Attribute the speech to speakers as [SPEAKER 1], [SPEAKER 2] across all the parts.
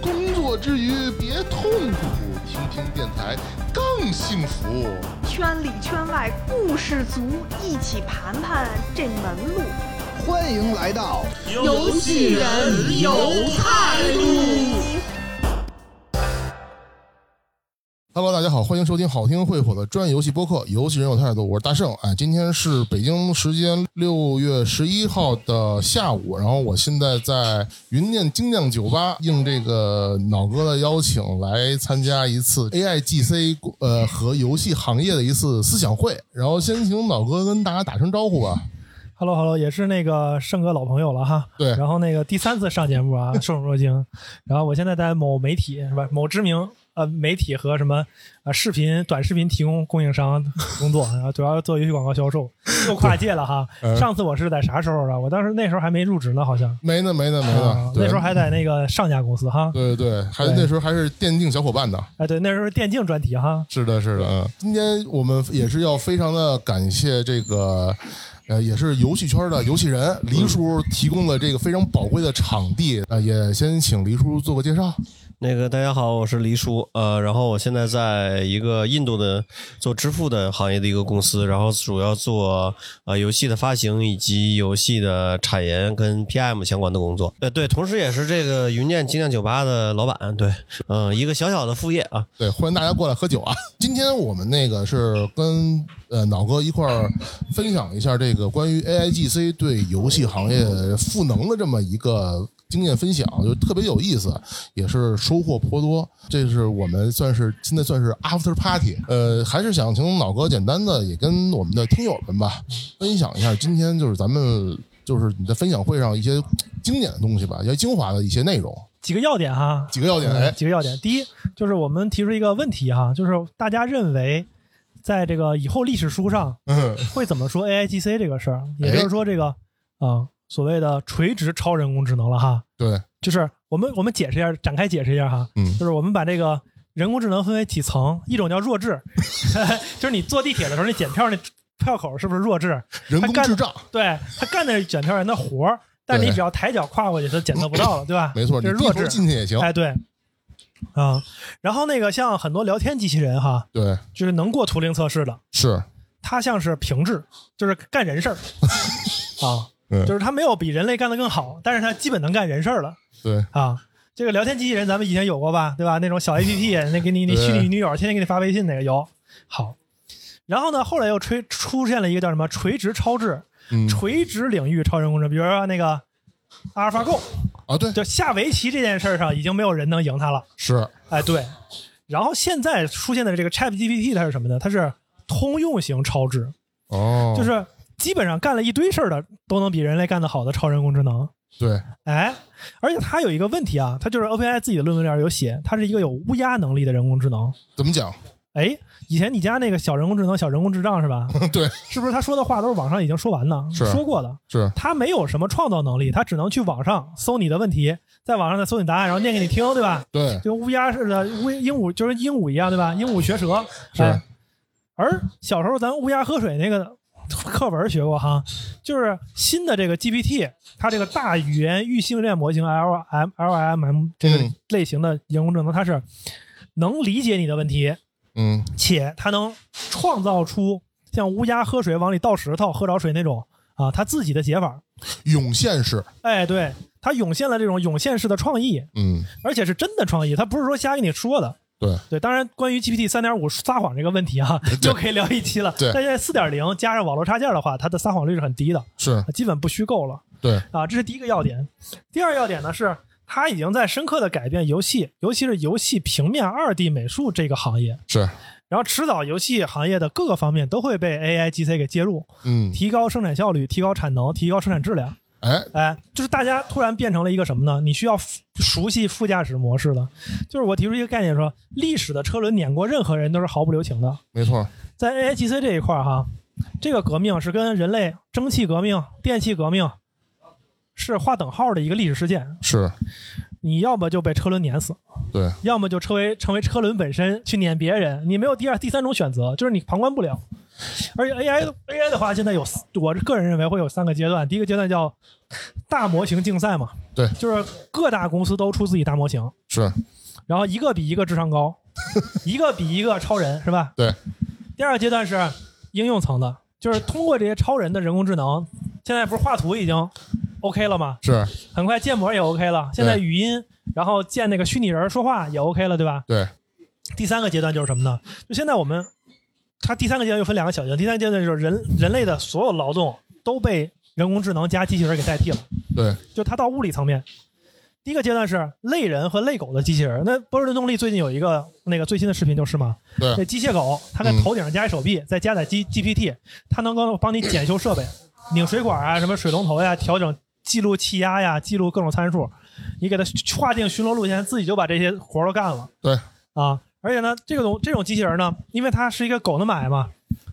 [SPEAKER 1] 工作之余别痛苦，听听电台更幸福。
[SPEAKER 2] 圈里圈外故事足，一起盘盘这门路。
[SPEAKER 3] 欢迎来到
[SPEAKER 4] 游戏人有态度。
[SPEAKER 1] Hello，大家好，欢迎收听好听会火的专业游戏播客《游戏人有态度》，我是大圣。哎，今天是北京时间六月十一号的下午，然后我现在在云念精酿酒吧，应这个脑哥的邀请来参加一次 AIGC 呃和游戏行业的一次思想会。然后先请脑哥跟大家打声招呼吧。
[SPEAKER 5] Hello Hello，也是那个盛哥老朋友了哈。
[SPEAKER 1] 对
[SPEAKER 5] 然后那个第三次上节目啊，受宠若惊。然后我现在在某媒体是吧，某知名呃媒体和什么呃视频短视频提供供 应商工作，然后主要做游戏广告销售，又跨界了哈
[SPEAKER 1] 嗯。
[SPEAKER 5] 上次我是在啥时候啊？我当时那时候还没入职呢，好像。
[SPEAKER 1] 没呢，没呢，没呢
[SPEAKER 5] 啊。
[SPEAKER 1] 嗯对
[SPEAKER 5] 那时候还在那个上家公司哈。
[SPEAKER 1] 对对对，还
[SPEAKER 5] 对
[SPEAKER 1] 那时候还是电竞小伙伴呢。
[SPEAKER 5] 哎，对，那时候是电竞专题哈。
[SPEAKER 1] 是的，是的。嗯今天我们也是要非常的感谢这个，呃，也是游戏圈的游戏人黎叔提供了这个非常宝贵的场地。啊、也先请黎叔做个介绍。
[SPEAKER 6] 那个大家好，我是黎叔，呃，然后我现在在一个印度的做支付的行业的一个公司，然后主要做呃游戏的发行以及游戏的产研跟 PM 相关的工作，呃，对，同时也是这个云念精酿酒吧的老板，对，嗯、一个小小的副业啊，
[SPEAKER 1] 对，欢迎大家过来喝酒啊！今天我们那个是跟呃脑哥一块儿分享一下这个关于 AIGC 对游戏行业赋能的这么一个经验分享，就特别有意思，也是收获颇多。这是我们算是现在算是 after party，呃，还是想请脑哥简单的也跟我们的听友们吧分享一下今天就是咱们就是你在分享会上一些经典的东西吧，一些精华的一些内容，
[SPEAKER 5] 几个要点哈，嗯
[SPEAKER 1] 几个要点，哎，
[SPEAKER 5] 几个要点。第一，就是我们提出一个问题哈，就是大家认为，在这个以后历史书上
[SPEAKER 1] 嗯，
[SPEAKER 5] 会怎么说 AIGC 这个事儿？也就是说，这个啊、所谓的垂直超人工智能了哈，
[SPEAKER 1] 对，
[SPEAKER 5] 就是我们我们解释一下，展开解释一下哈，
[SPEAKER 1] 嗯
[SPEAKER 5] 就是我们把这个。人工智能分为几层，一种叫弱智， 就是你坐地铁的时候，那检票那票口是不是弱智？
[SPEAKER 1] 人工
[SPEAKER 5] 他干
[SPEAKER 1] 智障。
[SPEAKER 5] 对他干的是检票员的活儿，但是你
[SPEAKER 1] 对
[SPEAKER 5] 只要抬脚跨过去，他检测不到了，对吧？
[SPEAKER 1] 没错，你
[SPEAKER 5] 这是
[SPEAKER 1] 低
[SPEAKER 5] 弱
[SPEAKER 1] 头
[SPEAKER 5] 智。
[SPEAKER 1] 进去也行。
[SPEAKER 5] 哎，对，啊，然后那个像很多聊天机器人哈，
[SPEAKER 1] 对，
[SPEAKER 5] 就是能过图灵测试的，
[SPEAKER 1] 是，
[SPEAKER 5] 它像是平治，就是干人事儿啊，
[SPEAKER 1] 嗯
[SPEAKER 5] 就是它没有比人类干得更好，但是它基本能干人事儿了
[SPEAKER 1] 对，嗯
[SPEAKER 5] 啊。这个聊天机器人咱们以前有过吧，对吧？那种小 A P P，那给你你虚拟女友天天给你发微信那个有好。然后呢，后来又吹出现了一个叫什么垂直超智、
[SPEAKER 1] 嗯，
[SPEAKER 5] 垂直领域超人工智能，比如说那个阿尔法 Go，
[SPEAKER 1] 啊，对，
[SPEAKER 5] 就下围棋这件事儿上已经没有人能赢它了。
[SPEAKER 1] 是，
[SPEAKER 5] 哎，对。然后现在出现的这个 Chat GPT 它是什么呢？它是通用型超智，
[SPEAKER 1] 哦，
[SPEAKER 5] 就是基本上干了一堆事儿的都能比人类干得好的超人工智能。
[SPEAKER 1] 对，
[SPEAKER 5] 哎，而且它有一个问题啊，它就是 OpenAI 自己的论文里边有写，它是一个有乌鸦能力的人工智能。
[SPEAKER 1] 怎么讲？
[SPEAKER 5] 哎，以前你家那个小人工智能、小人工智障是吧？
[SPEAKER 1] 对，
[SPEAKER 5] 是不是他说的话都是网上已经说完了、
[SPEAKER 1] 是
[SPEAKER 5] 说过的？
[SPEAKER 1] 是，
[SPEAKER 5] 它没有什么创造能力，它只能去网上搜你的问题，在网上再搜你答案，然后念给你听，对吧？
[SPEAKER 1] 对，
[SPEAKER 5] 就乌鸦似的，乌鹦鹉就是鹦鹉一样，对吧？鹦鹉学舌，
[SPEAKER 1] 是
[SPEAKER 5] 哎。而小时候咱乌鸦喝水那个课文学过哈，就是新的这个 GPT，它这个大语言预训练模型 L M L M M 这个
[SPEAKER 1] 嗯
[SPEAKER 5] 类型的人工智能，它是能理解你的问题，
[SPEAKER 1] 嗯，
[SPEAKER 5] 且它能创造出像乌鸦喝水往里倒石头喝着水那种啊，它自己的解法。
[SPEAKER 1] 涌现式，
[SPEAKER 5] 哎，对，它涌现了这种涌现式的创意，
[SPEAKER 1] 嗯，
[SPEAKER 5] 而且是真的创意，它不是说瞎给你说的。
[SPEAKER 1] 对，
[SPEAKER 5] 对，当然关于 GPT 三点五撒谎这个问题 啊，就可以聊一期了。
[SPEAKER 1] 对
[SPEAKER 5] 但现在四点零加上网络插件的话，它的撒谎率是很低的，啊
[SPEAKER 1] 是，
[SPEAKER 5] 基本不虚构了
[SPEAKER 1] 对，
[SPEAKER 5] 啊。这是第一个要点。第二要点呢是，它已经在深刻的改变游戏，尤其是游戏平面二 D 美术这个行业。
[SPEAKER 1] 是，
[SPEAKER 5] 然后迟早游戏行业的各个方面都会被 AI GC 给接入，
[SPEAKER 1] 嗯，
[SPEAKER 5] 提高生产效率，提高产能，提高生产质量。
[SPEAKER 1] 哎，
[SPEAKER 5] 哎，就是大家突然变成了一个什么呢？你需要复熟悉副驾驶模式的。就是我提出一个概念说，历史的车轮碾过任何人都是毫不留情的。
[SPEAKER 1] 没错，
[SPEAKER 5] 在 AIGC 这一块儿哈，这个革命是跟人类蒸汽革命、电气革命是划等号的一个历史事件。
[SPEAKER 1] 是
[SPEAKER 5] 你要么就被车轮碾死，
[SPEAKER 1] 对，
[SPEAKER 5] 要么就成为成为车轮本身去碾别人，你没有第二、第三种选择，就是你旁观不了。而且 AI 的 AI 的话，现在有四我个人认为会有三个阶段，第一个阶段叫大模型竞赛嘛，
[SPEAKER 1] 对
[SPEAKER 5] 就是各大公司都出自己大模型，
[SPEAKER 1] 是，
[SPEAKER 5] 然后一个比一个智 商高，一个比一个超人，是吧？
[SPEAKER 1] 对。
[SPEAKER 5] 第二个阶段是应用层的，就是通过这些超人的人工智能，现在不是画图已经 OK 了吗？
[SPEAKER 1] 是
[SPEAKER 5] 很快建模也 OK 了，现在语音，然后建那个虚拟人说话也 OK 了，对吧？
[SPEAKER 1] 对，
[SPEAKER 5] 第三个阶段就是什么呢？就现在我们，它第三个阶段又分两个小阶段，第三个阶段就是人人类的所有劳动都被人工智能加机器人给代替了，
[SPEAKER 1] 对，
[SPEAKER 5] 就它到物理层面。第一个阶段是类人和类狗的机器人，那波士顿动力最近有一个那个最新的视频就是嘛，
[SPEAKER 1] 对
[SPEAKER 5] 那机械狗它在
[SPEAKER 1] 嗯
[SPEAKER 5] 头顶上加一手臂，再加载 G GPT，它能够帮你检修设备，拧水管啊，什么水龙头呀、调整记录气压呀、记录各种参数，你给它划定巡逻路线，自己就把这些活儿都干了。
[SPEAKER 1] 对
[SPEAKER 5] 啊，而且呢，这个东这种机器人呢，因为它是一个狗能买嘛，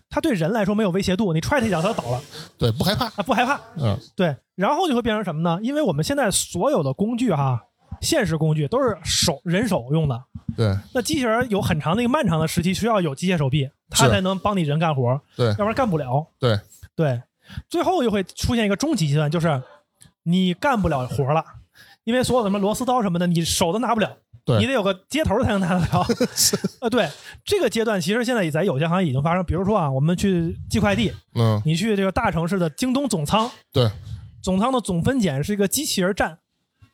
[SPEAKER 5] 它对人来说没有威胁度，你踹它一脚它就倒了，
[SPEAKER 1] 对，不害怕，
[SPEAKER 5] 它不害怕。
[SPEAKER 1] 嗯，
[SPEAKER 5] 对，然后就会变成什么呢？因为我们现在所有的工具哈，现实工具都是手人手用的，
[SPEAKER 1] 对
[SPEAKER 5] 那机器人有很长的一个漫长的时期需要有机械手臂，它
[SPEAKER 1] 是
[SPEAKER 5] 才能帮你人干活，
[SPEAKER 1] 对
[SPEAKER 5] 要不然干不了。
[SPEAKER 1] 对
[SPEAKER 5] 对，最后就会出现一个终极阶段，就是你干不了活了，因为所有的什么螺丝刀什么的，你手都拿不了。
[SPEAKER 1] 对
[SPEAKER 5] 你得有个接头才能拿 得了。呃，对，这个阶段其实现在在有些行业已经发生，比如说啊，我们去寄快递，
[SPEAKER 1] 嗯，
[SPEAKER 5] 你去这个大城市的京东总仓，
[SPEAKER 1] 对
[SPEAKER 5] 总仓的总分拣是一个机器人站，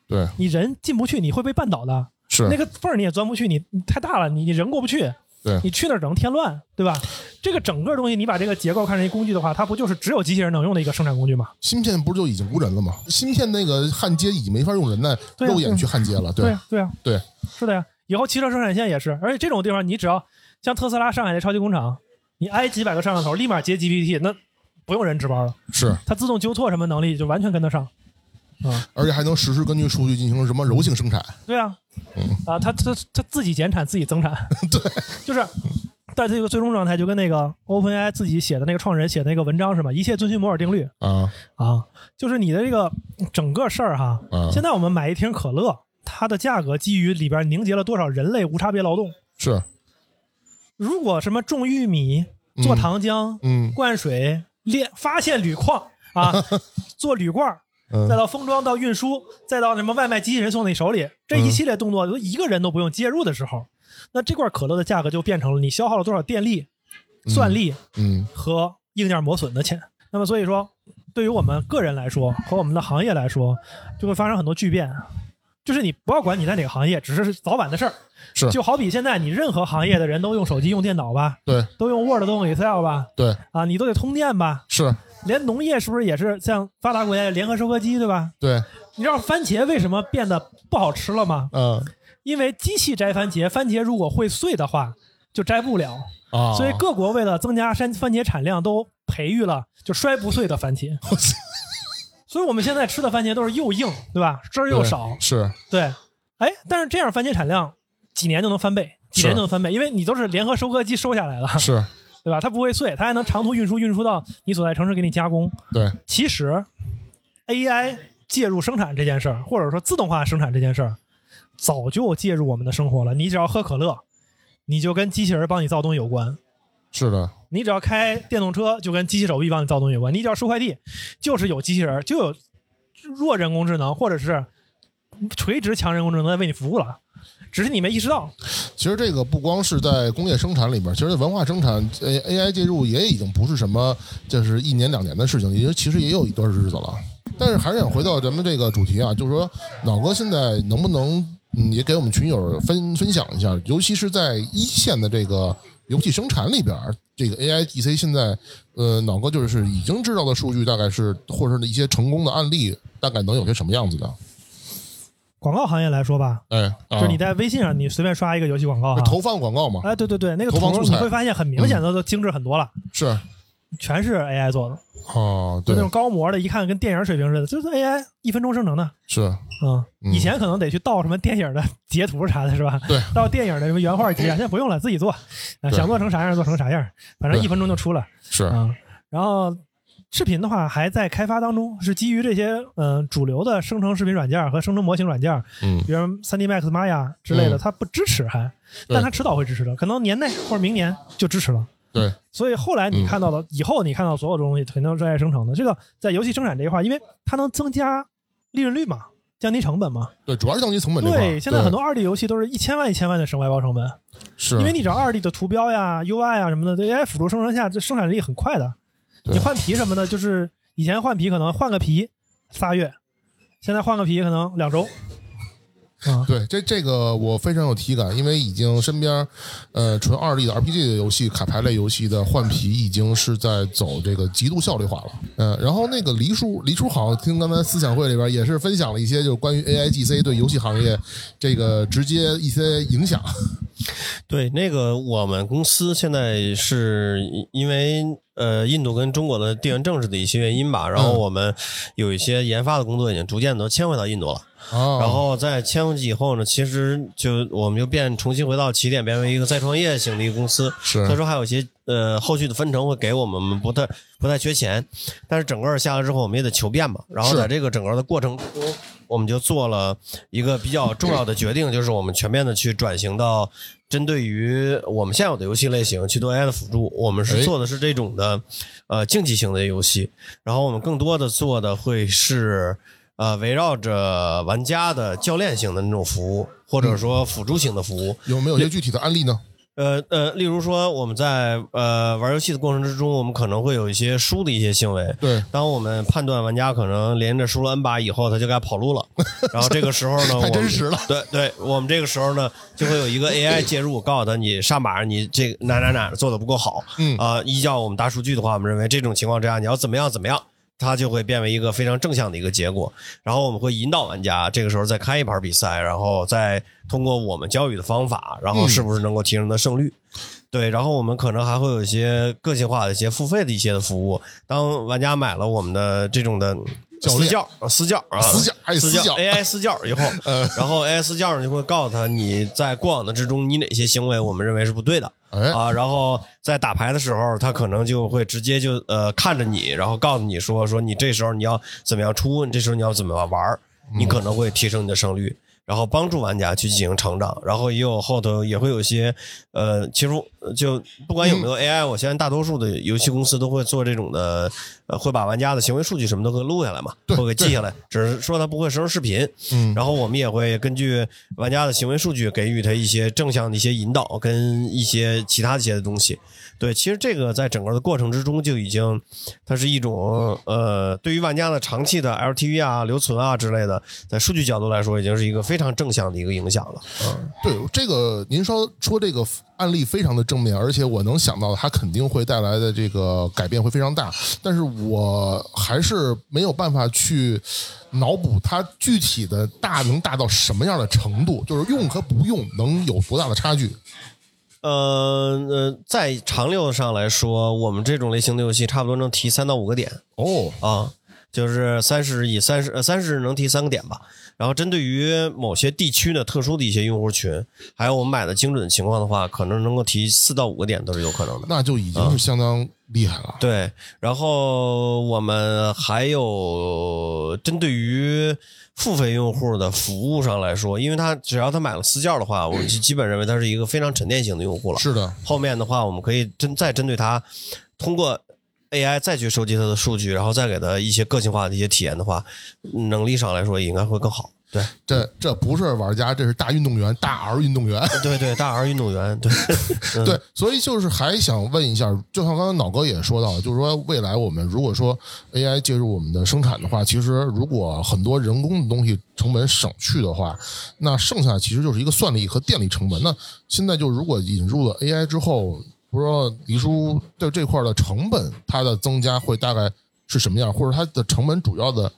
[SPEAKER 1] 对
[SPEAKER 5] 你人进不去，你会被绊倒的。
[SPEAKER 1] 是
[SPEAKER 5] 那个缝儿你也钻不去，你你太大了，你你人过不去。
[SPEAKER 1] 对
[SPEAKER 5] 你去那儿只能添乱，对吧？这个整个东西，你把这个结构看成一工具的话，它不就是只有机器人能用的一个生产工具吗？
[SPEAKER 1] 芯片不是就已经无人了吗？芯片那个焊接已经没法用人的
[SPEAKER 5] 对啊
[SPEAKER 1] 肉眼去焊接了，
[SPEAKER 5] 对
[SPEAKER 1] 对
[SPEAKER 5] 啊，对啊，
[SPEAKER 1] 对，
[SPEAKER 5] 是的呀。以后汽车生产线也是，而且这种地方，你只要像特斯拉上海那超级工厂，你挨几百个摄像头，立马接 GPT，那不用人值班了，
[SPEAKER 1] 是，
[SPEAKER 5] 它自动纠错什么能力就完全跟得上。
[SPEAKER 1] 而且还能实时根据数据进行什么柔性生产，
[SPEAKER 5] 对啊，啊，它它它自己减产自己增产，对， 就是。但这个最终状态就跟那个 OpenAI 自己写的那个创始人写的那个文章是吧？一切遵循摩尔定律
[SPEAKER 1] 啊
[SPEAKER 5] 啊，就是你的这个整个事儿哈。
[SPEAKER 1] 啊，
[SPEAKER 5] 现在我们买一瓶可乐，它的价格基于里边凝结了多少人类无差别劳动。
[SPEAKER 1] 是，
[SPEAKER 5] 如果什么种玉米、做糖浆、
[SPEAKER 1] 嗯
[SPEAKER 5] 灌水、炼发现铝矿啊，做铝罐儿，再
[SPEAKER 1] 嗯，
[SPEAKER 5] 到封装到运输，再到什么外卖机器人送到你手里，这
[SPEAKER 1] 嗯
[SPEAKER 5] 一系列动作都一个人都不用介入的时候，那这罐可乐的价格就变成了你消耗了多少电力、算力
[SPEAKER 1] 嗯，
[SPEAKER 5] 和硬件磨损的钱。那么所以说，对于我们个人来说和我们的行业来说，就会发生很多巨变。啊就是你不要管你在哪个行业，只是早晚的事儿。
[SPEAKER 1] 是
[SPEAKER 5] 就好比现在你任何行业的人都用手机、用电脑吧，
[SPEAKER 1] 对
[SPEAKER 5] 都用 Word、都用 Excel 吧，
[SPEAKER 1] 对
[SPEAKER 5] 啊，你都得通电吧。
[SPEAKER 1] 是，
[SPEAKER 5] 连农业是不是也是像发达国家联合收割机，对吧？
[SPEAKER 1] 对，
[SPEAKER 5] 你知道番茄为什么变得不好吃了吗？
[SPEAKER 1] 嗯
[SPEAKER 5] 因为机器摘番茄，番茄如果会碎的话，就摘不了。
[SPEAKER 1] 啊，
[SPEAKER 5] 所以各国为了增加山番茄产量，都培育了就摔不碎的 番茄。所以我们现在吃的番茄都是又硬，对吧？汁儿又
[SPEAKER 1] 对
[SPEAKER 5] 少，
[SPEAKER 1] 是，
[SPEAKER 5] 对。哎，但是这样番茄产量几年就能翻倍，几年
[SPEAKER 1] 是
[SPEAKER 5] 就能翻倍，因为你都是联合收割机收下来了，
[SPEAKER 1] 是，
[SPEAKER 5] 对吧？它不会碎，它还能长途运输，运输到你所在城市给你加工。
[SPEAKER 1] 对，
[SPEAKER 5] 其实 AI 介入生产这件事儿，或者说自动化生产这件事儿，早就介入我们的生活了。你只要喝可乐，你就跟机器人帮你造东西有关；
[SPEAKER 1] 是的，
[SPEAKER 5] 你只要开电动车，就跟机器手臂帮你造东西有关；你只要收快递，就是有机器人，就有弱人工智能或者是垂直强人工智能在为你服务了。只是你没意识到，
[SPEAKER 1] 其实这个不光是在工业生产里边，其实在文化生产，A A I 介入也已经不是什么就是一年两年的事情，也其实也有一段日子了。但是还是想回到咱们这个主题啊，就是说，老哥现在能不能嗯也给我们群友分分享一下，尤其是在一线的这个游戏生产里边，这个 A I G C 现在呃，老哥就是已经知道的数据大概是，或者是一些成功的案例，大概能有些什么样子的？
[SPEAKER 5] 广告行业来说吧，
[SPEAKER 1] 哎，啊
[SPEAKER 5] 就是你在微信上你随便刷一个游戏广告
[SPEAKER 1] 是
[SPEAKER 5] 哈，
[SPEAKER 1] 投放广告
[SPEAKER 5] 啊
[SPEAKER 1] 嘛？
[SPEAKER 5] 哎，对对对，那个
[SPEAKER 1] 投放
[SPEAKER 5] 图
[SPEAKER 1] 素
[SPEAKER 5] 你
[SPEAKER 1] 材嗯
[SPEAKER 5] 会发现很明显的都精致很多了。
[SPEAKER 1] 是
[SPEAKER 5] 全是 AI 做的，
[SPEAKER 1] 哦，
[SPEAKER 5] 就
[SPEAKER 1] 对
[SPEAKER 5] 那，种高模的，一看跟电影水平似的，就是 AI 一分钟生成的
[SPEAKER 1] 是，
[SPEAKER 5] 啊、
[SPEAKER 1] 嗯
[SPEAKER 5] 以前可能得去盗什么电影的截图啥的，是吧？
[SPEAKER 1] 对，
[SPEAKER 5] 盗电影的什么原画截，啊现在不用了，自己做，啊
[SPEAKER 1] 对
[SPEAKER 5] 想做成啥样做成啥样，反正
[SPEAKER 1] 对
[SPEAKER 5] 一分钟就出了
[SPEAKER 1] 是，
[SPEAKER 5] 啊、然后视频的话还在开发当中，是基于这些嗯、呃主流的生成视频软件和生成模型软件，
[SPEAKER 1] 嗯，
[SPEAKER 5] 比如 3D Max、Maya 之类的，
[SPEAKER 1] 嗯
[SPEAKER 5] 它不支持还，
[SPEAKER 1] 对
[SPEAKER 5] 但它迟早会支持的，可能年内或者明年就支持了。
[SPEAKER 1] 对，
[SPEAKER 5] 所以后来你看到的，以后你看到所有东西全都是 AI 生成的。这个在游戏生产这一块，因为它能增加利润率嘛，降低成本嘛。
[SPEAKER 1] 对，主要是降低成本这块儿。
[SPEAKER 5] 对，现在很多二 D 游戏都是一千万一千万的省外包成本，
[SPEAKER 1] 是，
[SPEAKER 5] 因为你只要二 D 的图标呀、UI 啊什么的，对 AI 辅助生成下，这生产力很快的。
[SPEAKER 1] 对
[SPEAKER 5] 你换皮什么的，就是以前换皮可能换个皮仨月，现在换个皮可能两周。啊，
[SPEAKER 1] 对这这个我非常有体感，因为已经身边，呃，纯二 D 的 RPG 的游戏、卡牌类游戏的换皮已经是在走这个极度效率化了。嗯、然后那个黎叔，黎叔好像听刚才思想会里边也是分享了一些，就是关于 AIGC 对游戏行业这个直接一些影响。
[SPEAKER 6] 对，那个我们公司现在是因为呃印度跟中国的地缘政治的一些原因吧，然后
[SPEAKER 1] 嗯
[SPEAKER 6] 我们有一些研发的工作已经逐渐都迁回到印度了。
[SPEAKER 1] 哦，
[SPEAKER 6] 然后在迁回去以后呢，其实就我们就变重新回到起点，变为一个再创业型的一个公司。
[SPEAKER 1] 是
[SPEAKER 6] 所以说还有一些呃后续的分成会给我们，我们不太不太缺钱，但是整个下来之后我们也得求变嘛。然后
[SPEAKER 1] 是
[SPEAKER 6] 在这个整个的过程中，我们就做了一个比较重要的决定，就是我们全面的去转型到针对于我们现有的游戏类型去做 AI 的辅助。我们
[SPEAKER 1] 哎
[SPEAKER 6] 是做的是这种的呃竞技型的游戏，然后我们更多的做的会是。呃，围绕着玩家的教练型的那种服务，或者说辅助型的服务，
[SPEAKER 1] 有没有一些具体的案例呢？
[SPEAKER 6] 呃呃，例如说我们在呃玩游戏的过程之中，我们可能会有一些输的一些行为。
[SPEAKER 1] 对，
[SPEAKER 6] 当我们判断玩家可能连着输了 N 把以后，他就该跑路了。然后这个 时候呢，我
[SPEAKER 1] 太
[SPEAKER 6] 们
[SPEAKER 1] 真实了。
[SPEAKER 6] 对对，我们这个时候呢，就会有一个 AI 介入，告诉他你上马你这个哪哪哪做的不够好。
[SPEAKER 1] 嗯
[SPEAKER 6] 啊、依照我们大数据的话，我们认为这种情况之下，你要怎么样怎么样。它就会变为一个非常正向的一个结果，然后我们会引导玩家，这个时候再开一盘比赛，然后再通过我们教育的方法，然
[SPEAKER 1] 嗯
[SPEAKER 6] 后是不是能够提升的胜率？对，然后我们可能还会有一些个性化的一些付费的一些的服务。当玩家买了我们的这种的
[SPEAKER 1] 教
[SPEAKER 6] 私
[SPEAKER 1] 练
[SPEAKER 6] 教、呃私教啊、
[SPEAKER 1] 私教哎
[SPEAKER 6] 私
[SPEAKER 1] 私教嗯
[SPEAKER 6] AI 私教以后，然后 AI 私教就会告诉他你在过往的之中，你哪些行为我们认为是不对的。
[SPEAKER 1] 哎，
[SPEAKER 6] 啊，然后在打牌的时候，他可能就会直接就呃看着你，然后告诉你说说你这时候你要怎么样出，你这时候你要怎么样玩儿，你可能会提升你的胜率，然后帮助玩家去进行成长，然后也有后头也会有一些呃，其实呃就不管有没有 AI，、我相信大多数的游戏公司都会做这种的，呃，会把玩家的行为数据什么都会录下来嘛，会给记下来，只是说他不会生成视频，
[SPEAKER 1] 嗯
[SPEAKER 6] 然后我们也会根据玩家的行为数据给予他一些正向的一些引导跟一些其他一些的东西。对，其实这个在整个的过程之中就已经，它是一种呃，对于玩家的长期的 LTV 啊、留存啊之类的，在数据角度来说，已经是一个非常正向的一个影响了。
[SPEAKER 1] 对这个，您说说这个案例非常的正面，而且我能想到它肯定会带来的这个改变会非常大，但是我还是没有办法去脑补它具体的大能大到什么样的程度，就是用和不用能有多大的差距。
[SPEAKER 6] 呃呃，在长流上来说，我们这种类型的游戏差不多能提三到五个点。
[SPEAKER 1] 哦，
[SPEAKER 6] 啊，就是三十以三十呃三十能提三个点吧。然后针对于某些地区的特殊的一些用户群，还有我们买的精准的情况的话，可能能够提四到五个点都是有可能的。
[SPEAKER 1] 那就已经是相当厉害了。
[SPEAKER 6] 啊对，然后我们还有针对于付费用户的服务上来说，因为他只要他买了私教的话，我就基本认为他是一个非常沉淀型的用户了。
[SPEAKER 1] 是的，
[SPEAKER 6] 后面的话，我们可以针再针对它，通过 AI 再去收集它的数据，然后再给它一些个性化的一些体验的话，能力上来说也应该会更好。对
[SPEAKER 1] 这这不是玩家，这是大运动员，大 R 运动员。
[SPEAKER 6] 对对，大 R 运动员， 对嗯
[SPEAKER 1] 对，所以就是还想问一下，就像刚才脑哥也说到，就是说未来我们如果说 AI 介入我们的生产的话，其实如果很多人工的东西成本省去的话，那剩下其实就是一个算力和电力成本。那现在就如果引入了 AI 之后，不知道黎叔对这块的成本它的增加会大概是什么样，或者它的成本主要的。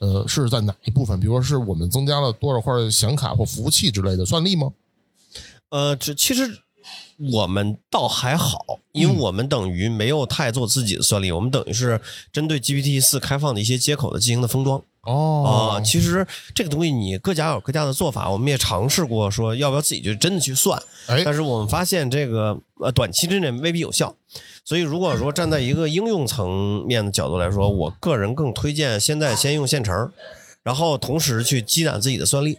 [SPEAKER 1] 呃，是在哪一部分？比如说，是我们增加了多少块显卡或服务器之类的算力吗？
[SPEAKER 6] 呃，这其实我们倒还好，因为我们等于没有太做自己的算力，我们等于是针对 GPT 四开放的一些接口的进行的封装。啊，
[SPEAKER 1] 哦，
[SPEAKER 6] 其实这个东西你各家有各家的做法，我们也尝试过说要不要自己就真的去算，
[SPEAKER 1] 哎
[SPEAKER 6] 但是我们发现这个呃短期之内未必有效，所以如果说站在一个应用层面的角度来
[SPEAKER 1] 嗯
[SPEAKER 6] 说，我个人更推荐现在先用现成儿，然后同时去积攒自己的算力。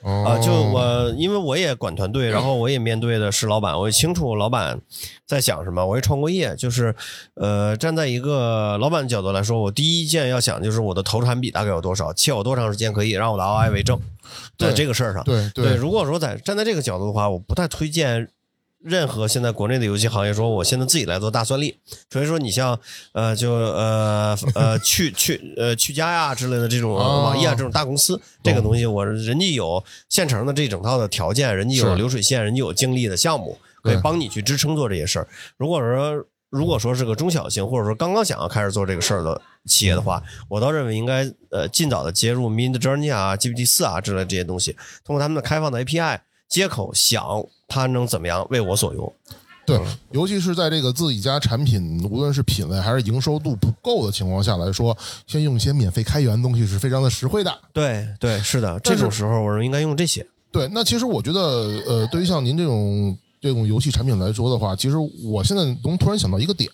[SPEAKER 6] 啊、
[SPEAKER 1] 啊
[SPEAKER 6] 就我，因为我也管团
[SPEAKER 1] 嗯
[SPEAKER 6] 队，然后我也面对的是老板，我也清楚老板在想什么。我也创过业，就是，呃，站在一个老板的角度来说，我第一件要想就是我的投产比大概有多少，且有多长时间可以让我的 ROI 为正，在
[SPEAKER 1] 对
[SPEAKER 6] 这个事儿上。
[SPEAKER 1] 对
[SPEAKER 6] 啊对，如果说在站在这个角度的话，我不太推荐任何现在国内的游戏行业说我现在自己来做大算力，除非说你像呃就呃 呃去去呃去家呀之类的这种
[SPEAKER 1] 哦
[SPEAKER 6] 网易啊这种大公司，这个东西我人家有现成的这整套的条件，人家有
[SPEAKER 1] 是
[SPEAKER 6] 流水线，人家有精力的项目，可以
[SPEAKER 1] 对
[SPEAKER 6] 帮你去支撑做这些事儿。如果说如果说是个中小型，或者说刚刚想要开始做这个事儿的企业的话，我倒认为应该呃尽早的接入 Mid Journey 啊、GPT 四啊之类这些东西，通过他们的开放的 API 接口，想它能怎么样为我所用。嗯
[SPEAKER 1] 对，尤其是在这个自己家产品，无论是品类还是营收度不够的情况下来说，先用一些免费开源的东西是非常的实惠的。
[SPEAKER 6] 对对，是的，
[SPEAKER 1] 但
[SPEAKER 6] 这
[SPEAKER 1] 是
[SPEAKER 6] 种时候我是应该用这些。
[SPEAKER 1] 对，那其实我觉得，呃，对于像您这种这种游戏产品来说的话，其实我现在能突然想到一个点，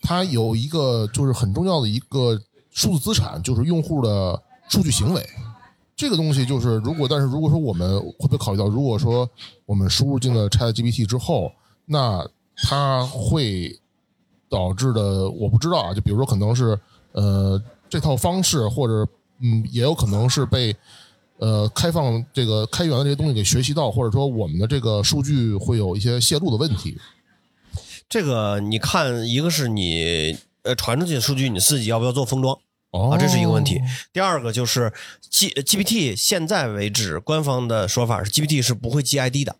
[SPEAKER 1] 它有一个就是很重要的一个数字资产，就是用户的数据行为。这个东西就是，如果但是如果说我们会不会考虑到，如果说我们输入进了 Chat GPT 之后，那它会导致的，我不知道啊。就比如说，可能是呃这套方式，或者嗯，也有可能是被呃开放这个开源的这些东西给学习到，或者说我们的这个数据会有一些泄露的问题。
[SPEAKER 6] 这个你看，一个是你呃传出去的数据，你自己要不要做封装？
[SPEAKER 1] 哦
[SPEAKER 6] 啊，这是一个问题。第二个就是 G GPT 现在为止官方的说法是 GPT 是不会记 ID 的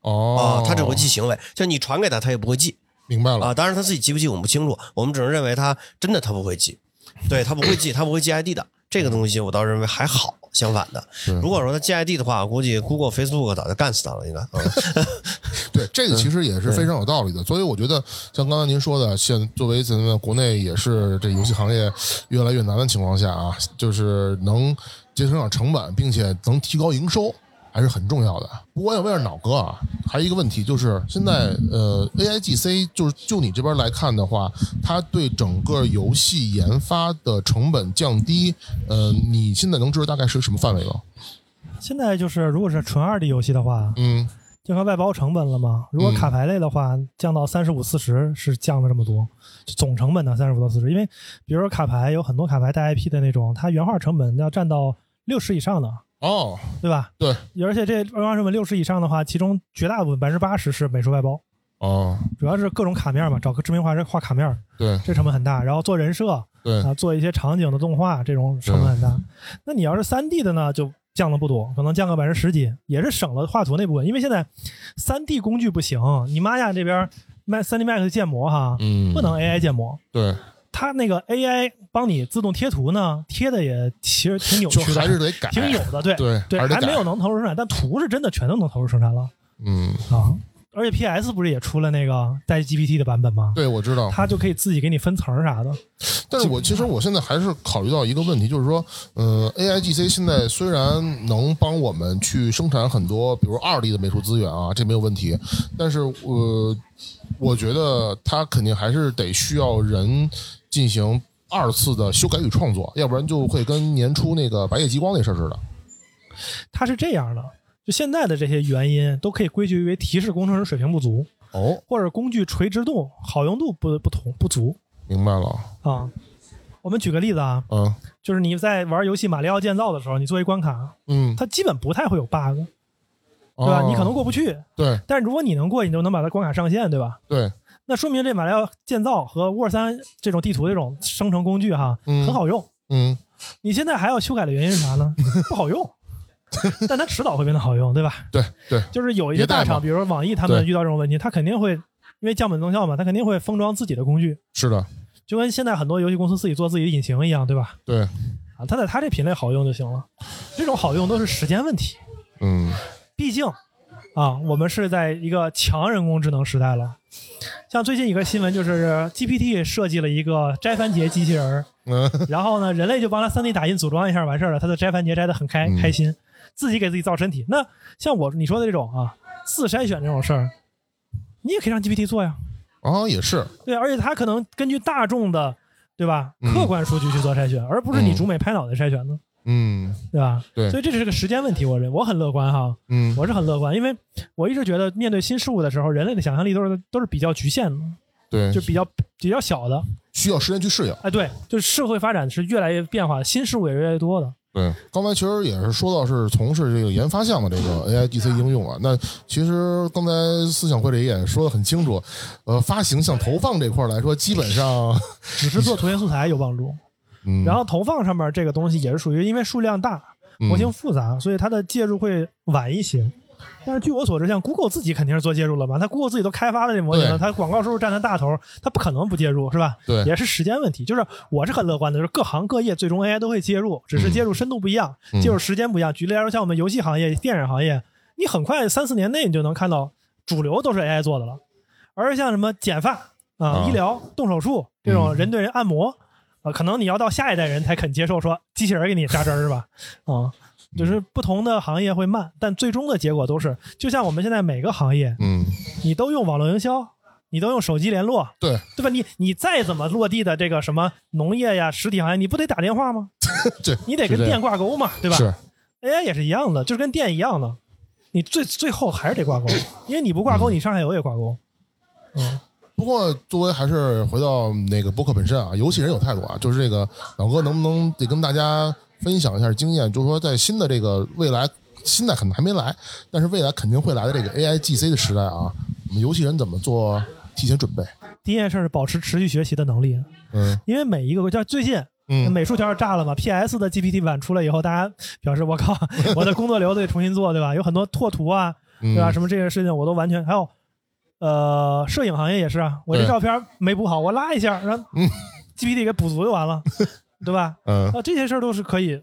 [SPEAKER 1] 哦
[SPEAKER 6] 啊，，它只会记行为，就你传给它，它也不会记
[SPEAKER 1] 明白了
[SPEAKER 6] 啊。当然它自己记不记我们不清楚，我们只能认为它真的它不会记，对，它不会记，它不会记 ID 的。这个东西我倒认为还好，相反的，如果说它 G ID 的话，估计 Google、Facebook 早就干死它了，应该。嗯
[SPEAKER 1] 对，这个其实也是非常有道理的。所以我觉得，像刚才您说的，现作为咱们国内也是这游戏行业越来越难的情况下啊，就是能节省点成本，并且能提高营收，还是很重要的。不过我想问一下脑哥啊，还有一个问题就是，现在呃，AIGC 就是就你这边来看的话，它对整个游戏研发的成本降低，呃，你现在能知道大概是什么范围吗？
[SPEAKER 5] 现在就是，如果是纯二 D 游戏的话，
[SPEAKER 1] 嗯，
[SPEAKER 5] 就看外包成本了嘛。如果卡牌类的话，降到三十五、四十是降了这么多，就总成本呢三十五到四十。因为比如说卡牌有很多卡牌带 IP 的那种，它原画成本要占到六十以上的，
[SPEAKER 1] 哦，
[SPEAKER 5] 对吧？
[SPEAKER 1] 对，
[SPEAKER 5] 而且这原画成本六十以上的话，其中绝大部分百分之八十是美术外包，
[SPEAKER 1] 哦，
[SPEAKER 5] 主要是各种卡面嘛，找个知名画师画卡面，
[SPEAKER 1] 对
[SPEAKER 5] 这成本很大。然后做人设，
[SPEAKER 1] 对，
[SPEAKER 5] 啊，做一些场景的动画，这种成本很
[SPEAKER 1] 嗯
[SPEAKER 5] 大。 那你要是三 D 的呢，就降的不多，可能降个百分之十几，也是省了画图那部分。因为现在三 D 工具不行，你妈呀这边卖三 D Max 建模哈，
[SPEAKER 1] 嗯，
[SPEAKER 5] 不能 AI 建模，
[SPEAKER 1] 对。
[SPEAKER 5] 它那个 AI 帮你自动贴图呢，贴的也其实挺扭
[SPEAKER 1] 就
[SPEAKER 5] 曲
[SPEAKER 1] 还是
[SPEAKER 5] 的，
[SPEAKER 1] 得改，
[SPEAKER 5] 挺有的，对
[SPEAKER 1] 对还是得
[SPEAKER 5] 还
[SPEAKER 1] 改
[SPEAKER 5] 没有能投入生产，但图是真的全都能投入生产了
[SPEAKER 1] 嗯，
[SPEAKER 5] 啊。而且 PS 不是也出了那个带 GPT 的版本吗？
[SPEAKER 1] 对，我知道。
[SPEAKER 5] 它就可以自己给你分层儿啥的。
[SPEAKER 1] 但是我其实我现在还是考虑到一个问题，就是说，嗯、a i g c 现在虽然能帮我们去生产很多，比如二 D 的美术资源啊，这没有问题，但是呃，我觉得它肯定还是得需要人进行二次的修改与创作，要不然就会跟年初那个白夜极光那事儿似的。
[SPEAKER 5] 它是这样的，就现在的这些原因都可以归结于提示工程师水平不足，
[SPEAKER 1] 哦，
[SPEAKER 5] 或者工具垂直度、好用度不不同不足
[SPEAKER 1] 明白了，
[SPEAKER 5] 啊。我们举个例子啊，
[SPEAKER 1] 嗯
[SPEAKER 5] 就是你在玩游戏《马里奥建造》的时候，你做一关卡，
[SPEAKER 1] 嗯，
[SPEAKER 5] 它基本不太会有 bug，对吧？
[SPEAKER 1] 哦
[SPEAKER 5] 你可能过不去，
[SPEAKER 1] 对
[SPEAKER 5] 但是如果你能过，你就能把它关卡上线，对吧？
[SPEAKER 1] 对，
[SPEAKER 5] 那说明这马里奥建造和 Word 三这种地图这种生成工具哈，
[SPEAKER 1] 嗯
[SPEAKER 5] 很好用。
[SPEAKER 1] 嗯，
[SPEAKER 5] 你现在还要修改的原因是啥 呢？不好用，但它迟早会变得好用，对吧？
[SPEAKER 1] 对对，
[SPEAKER 5] 就是有一些大
[SPEAKER 1] 迭代嘛
[SPEAKER 5] 厂，比如说网易，他们
[SPEAKER 1] 对
[SPEAKER 5] 遇到这种问题，他肯定会因为降本增效嘛，他肯定会封装自己的工具，
[SPEAKER 1] 是的，
[SPEAKER 5] 就跟现在很多游戏公司自己做自己的引擎一样，对吧？
[SPEAKER 1] 对，
[SPEAKER 5] 啊，他在他这品类好用就行了，这种好用都是时间问题，
[SPEAKER 1] 嗯
[SPEAKER 5] 毕竟啊，我们是在一个强人工智能时代了。像最近一个新闻就是 GPT 设计了一个摘番茄机器人儿，
[SPEAKER 1] 嗯，
[SPEAKER 5] 然后呢，人类就帮他 3D 打印组装一下完事儿了，他就摘番茄摘得很开
[SPEAKER 1] 嗯
[SPEAKER 5] 开心，自己给自己造身体。那像我你说的这种啊，自筛选这种事儿，你也可以让 GPT 做呀，
[SPEAKER 1] 啊，也是，
[SPEAKER 5] 对，而且它可能根据大众的对吧
[SPEAKER 1] 嗯
[SPEAKER 5] 客观数据去做筛选，而不是你
[SPEAKER 1] 嗯
[SPEAKER 5] 逐美拍脑袋筛选的，
[SPEAKER 1] 嗯
[SPEAKER 5] 对吧？
[SPEAKER 1] 对
[SPEAKER 5] 所以这只是个时间问题，我认我很乐观哈，
[SPEAKER 1] 嗯
[SPEAKER 5] 我是很乐观，因为我一直觉得面对新事物的时候，人类的想象力都是都是比较局限的，
[SPEAKER 1] 对
[SPEAKER 5] 就，比较比较小的。
[SPEAKER 1] 需要时间去适应。
[SPEAKER 5] 哎，对，就是社会发展是越来越变化，新事物也越来越多的。
[SPEAKER 1] 对，刚才其实也是说到是从事这个研发项的这个 AI DC 应用啊。那其实刚才思想会里也说的很清楚，呃，发行像投放这块儿来说，基本上，
[SPEAKER 5] 只是做图形素材有帮助，
[SPEAKER 1] 嗯，
[SPEAKER 5] 然后投放上面这个东西也是属于因为数量大、模型复杂，所以它的介入会晚一些。但是据我所知，像 Google 自己肯定是做介入了嘛，它 Google 自己都开发了这模型了，
[SPEAKER 1] 对
[SPEAKER 5] 它广告收入占它大头，它不可能不介入，是吧？
[SPEAKER 1] 对
[SPEAKER 5] 也是时间问题。就是我是很乐观的，就是各行各业最终 AI 都会介入，只是介入深度不一样，
[SPEAKER 1] 嗯
[SPEAKER 5] 介入时间不一样。举例来说，像我们游戏行业、电影行业，你很快三四年内你就能看到主流都是 AI 做的了，而像什么剪发啊、
[SPEAKER 6] 啊
[SPEAKER 5] 医疗、动手术这
[SPEAKER 1] 嗯
[SPEAKER 5] 种人对人按摩。啊，可能你要到下一代人才肯接受说机器人给你扎针儿是吧？啊、
[SPEAKER 1] 嗯
[SPEAKER 5] 就是不同的行业会慢，但最终的结果都是，就像我们现在每个行业，
[SPEAKER 1] 嗯，
[SPEAKER 5] 你都用网络营销，你都用手机联络，
[SPEAKER 1] 对，
[SPEAKER 5] 对吧？你你再怎么落地的这个什么农业呀、实体行业，你不得打电话吗？
[SPEAKER 1] 对，
[SPEAKER 5] 你得
[SPEAKER 1] 是
[SPEAKER 5] 跟
[SPEAKER 1] 这样
[SPEAKER 5] 电挂钩嘛，对吧
[SPEAKER 1] 是，
[SPEAKER 5] ？AI 也是一样的，就是跟电一样的，你最最后还是得挂钩，因为你不挂钩，你上下游也挂钩。嗯，
[SPEAKER 1] 不过，作为还是回到那个播客本身啊，游戏人有态度啊，就是这个老哥能不能得跟大家分享一下经验，就是说在新的这个未来，新的可能还没来，但是未来肯定会来的这个 AI GC 的时代啊，我们游戏人怎么做提前准备？
[SPEAKER 5] 第一件事是保持持续学习的能力，
[SPEAKER 1] 嗯
[SPEAKER 5] 因为每一个国家最近
[SPEAKER 1] 嗯
[SPEAKER 5] 美术条炸了嘛，PS 的 GPT 版出来以后，大家表示 我靠，我的工作流得重新做，对吧？有很多拓图啊，
[SPEAKER 1] 嗯，
[SPEAKER 5] 对吧？什么这些事情我都完全还有，呃，摄影行业也是啊，我这
[SPEAKER 1] 对
[SPEAKER 5] 照片没补好，我拉一下，让 GPT 给补足就 完了，对吧？
[SPEAKER 1] 嗯，
[SPEAKER 5] 啊，这些事儿都是可以，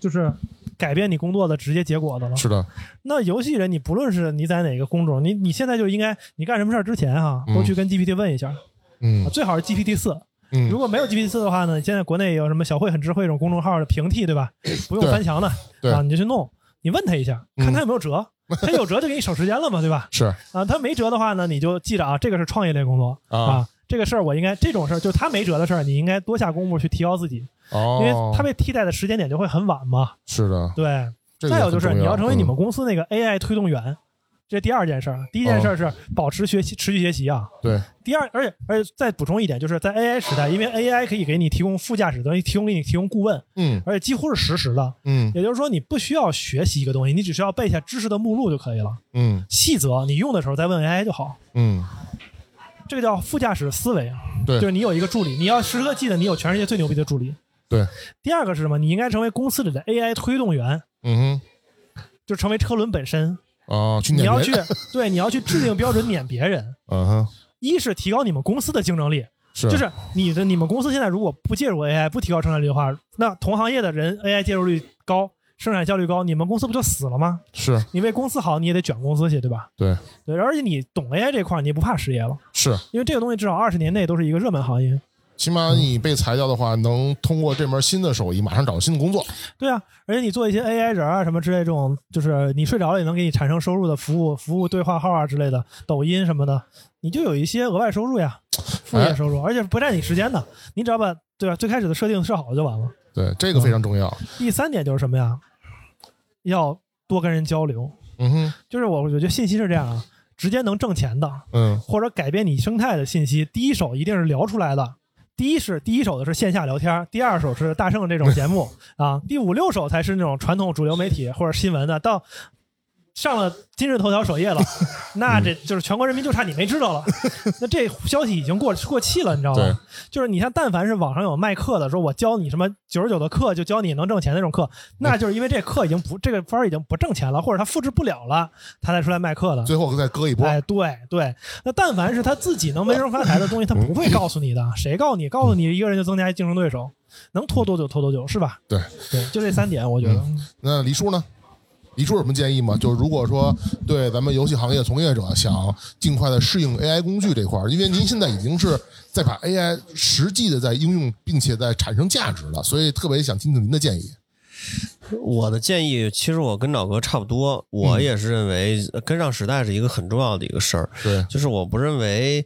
[SPEAKER 5] 就是改变你工作的直接结果的了。
[SPEAKER 1] 是的，
[SPEAKER 5] 那游戏人，你不论是你在哪个工种，你你现在就应该，你干什么事儿之前哈、
[SPEAKER 1] 嗯
[SPEAKER 5] 都去跟 GPT 问一下，
[SPEAKER 1] 嗯
[SPEAKER 5] 啊最好是 GPT 四。
[SPEAKER 1] 嗯，
[SPEAKER 5] 如果没有 GPT 四的话呢，现在国内有什么小慧很智慧这种公众号的平替，对吧？ 不用
[SPEAKER 1] 对
[SPEAKER 5] 翻墙的，
[SPEAKER 1] 对嗯
[SPEAKER 5] 啊，你就去弄，你问他一下，看他有没有折，他有折就给你省时间了嘛，对吧？
[SPEAKER 1] 是
[SPEAKER 5] 啊，他没辙的话呢，你就记着啊，这个是创业类工作
[SPEAKER 1] 啊
[SPEAKER 5] 这个事儿我应该这种事儿，就他没辙的事儿，你应该多下功夫去提高自己，
[SPEAKER 1] 哦，
[SPEAKER 5] 因为他被替代的时间点就会很晚嘛。
[SPEAKER 1] 是的，
[SPEAKER 5] 对，
[SPEAKER 1] 这个也
[SPEAKER 5] 再有
[SPEAKER 1] 很
[SPEAKER 5] 就是
[SPEAKER 1] 重
[SPEAKER 5] 你要成为你们
[SPEAKER 1] 嗯
[SPEAKER 5] 公司那个 AI 推动员，这是第二件事儿。第一件事儿是保持学习，持续学习啊。
[SPEAKER 1] 嗯对，
[SPEAKER 5] 第二，而且而且再补充一点，就是在 AI 时代，因为 AI 可以给你提供副驾驶，等于提供给你提供顾问，
[SPEAKER 1] 嗯
[SPEAKER 5] 而且几乎是实时的。
[SPEAKER 1] 嗯
[SPEAKER 5] 也就是说，你不需要学习一个东西，你只需要背下知识的目录就可以了。
[SPEAKER 1] 嗯
[SPEAKER 5] 细则你用的时候再问 AI 就好。
[SPEAKER 1] 嗯，
[SPEAKER 5] 这个叫副驾驶思维，啊
[SPEAKER 1] 对
[SPEAKER 5] 就是你有一个助理，你要时刻记得你有全世界最牛逼的助理。
[SPEAKER 1] 对，
[SPEAKER 5] 第二个是什么？你应该成为公司里的 AI 推动员，
[SPEAKER 1] 嗯
[SPEAKER 5] 就成为车轮本身。
[SPEAKER 1] 哼，啊，去
[SPEAKER 5] 你
[SPEAKER 1] 撵
[SPEAKER 5] 要
[SPEAKER 1] 别
[SPEAKER 5] 去
[SPEAKER 1] 人，
[SPEAKER 5] 对，你要去制定标准撵别人。
[SPEAKER 1] 嗯哼，
[SPEAKER 5] 一是提高你们公司的竞争力，
[SPEAKER 1] 是
[SPEAKER 5] 就是你的你们公司现在如果不介入 AI，不提高生产率的话，那同行业的人 AI 介入率高，生产效率高，你们公司不就死了吗？
[SPEAKER 1] 是
[SPEAKER 5] 你为公司好，你也得卷公司去，对吧？
[SPEAKER 1] 对
[SPEAKER 5] 对，而且你懂 AI 这块儿，你也不怕失业了，
[SPEAKER 1] 是，
[SPEAKER 5] 因为这个东西至少二十年内都是一个热门行业。
[SPEAKER 1] 起码你被裁掉的话，能通过这门新的手艺马上找新的工作。
[SPEAKER 5] 对啊，而且你做一些 AI 人啊什么之类这种，就是你睡着了也能给你产生收入的服务，服务对话号啊之类的，抖音什么的，你就有一些额外收入呀，副业收入，而且不占你时间的，你只要把对吧、最开始的设定设好了就完了。
[SPEAKER 1] 对，这个非常重要。
[SPEAKER 5] 第三点就是什么呀？要多跟人交流，
[SPEAKER 1] 嗯哼，
[SPEAKER 5] 就是我我觉得信息是这样啊，直接能挣钱的
[SPEAKER 1] 嗯
[SPEAKER 5] 或者改变你生态的信息，第一手一定是聊出来的。第一是第一手的是线下聊天，第二手是大圣这种 节目啊，第五六手才是那种传统主流媒体或者新闻的。到上了今日头条首页 了，那
[SPEAKER 1] 嗯
[SPEAKER 5] 这就是全国人民就差你没知道了。那这消息已经过过气了，你知道
[SPEAKER 1] 对
[SPEAKER 5] 吗？就是你像但凡是网上有卖课的，说我教你什么九十九的课，就教你能挣钱那种课，那就是因为这课已经不这个班儿已经不挣钱了，或者他复制不了了，他才出来卖课的。
[SPEAKER 1] 最后再割一波。
[SPEAKER 5] 哎，对对，那但凡是他自己能闷声发财的东西，他不会告诉
[SPEAKER 1] 嗯
[SPEAKER 5] 你的。谁告诉你？告诉你一个人就增加一竞争对手，能拖多久拖多久，是吧？
[SPEAKER 1] 对嗯
[SPEAKER 5] 对，就这三点，我觉得。
[SPEAKER 1] 那黎叔呢？黎叔有什么建议吗？就是如果说对咱们游戏行业从业者想尽快的适应 AI 工具这块儿，因为您现在已经是在把 AI 实际的在应用，并且在产生价值了，所以特别想听听您的建议。
[SPEAKER 6] 我的建议，其实我跟老哥差不多，我
[SPEAKER 1] 嗯
[SPEAKER 6] 也是认为呃跟上时代是一个很重要的一个事儿。
[SPEAKER 1] 对，
[SPEAKER 6] 就是我不认为，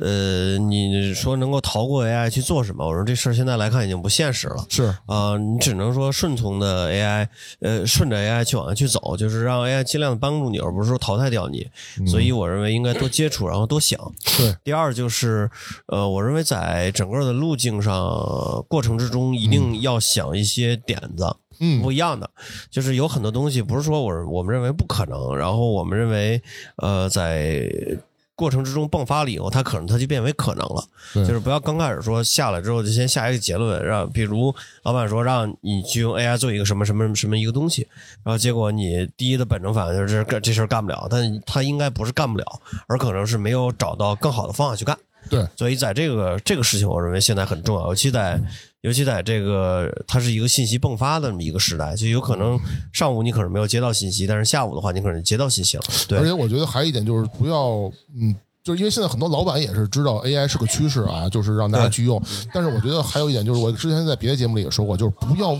[SPEAKER 6] 呃，你说能够逃过 AI 去做什么？我说这事儿现在来看已经不现实了。
[SPEAKER 1] 是
[SPEAKER 6] 啊、你只能说顺从的 AI，呃，顺着 AI 去往下去走，就是让 AI 尽量帮助你，而不是说淘汰掉你。所以我认为应该多接触，然后多想。
[SPEAKER 1] 对，
[SPEAKER 6] 第二就是，呃，我认为在整个的路径上呃过程之中，一定要想一些点子。
[SPEAKER 1] 嗯
[SPEAKER 6] 不一样的，就是有很多东西不是说我我们认为不可能，然后我们认为呃在过程之中迸发了以后，它可能它就变为可能了，
[SPEAKER 1] 对
[SPEAKER 6] 就是不要刚开始说下来之后就先下一个结论，让比如老板说让你去用 AI 做一个什么什么什么一个东西，然后结果你第一的本能反应就是这这事儿干不了，但他应该不是干不了，而可能是没有找到更好的方法去干。
[SPEAKER 1] 对，
[SPEAKER 6] 所以在这个这个事情，我认为现在很重要，尤其在尤其在这个它是一个信息迸发的这么一个时代，就有可能上午你可能没有接到信息，但是下午的话你可能接到信息了。
[SPEAKER 1] 而
[SPEAKER 6] 对
[SPEAKER 1] 且我觉得还有一点就是不要，嗯，就是因为现在很多老板也是知道 AI 是个趋势啊，就是让大家去用。但是我觉得还有一点就是，我之前在别的节目里也说过，就是不要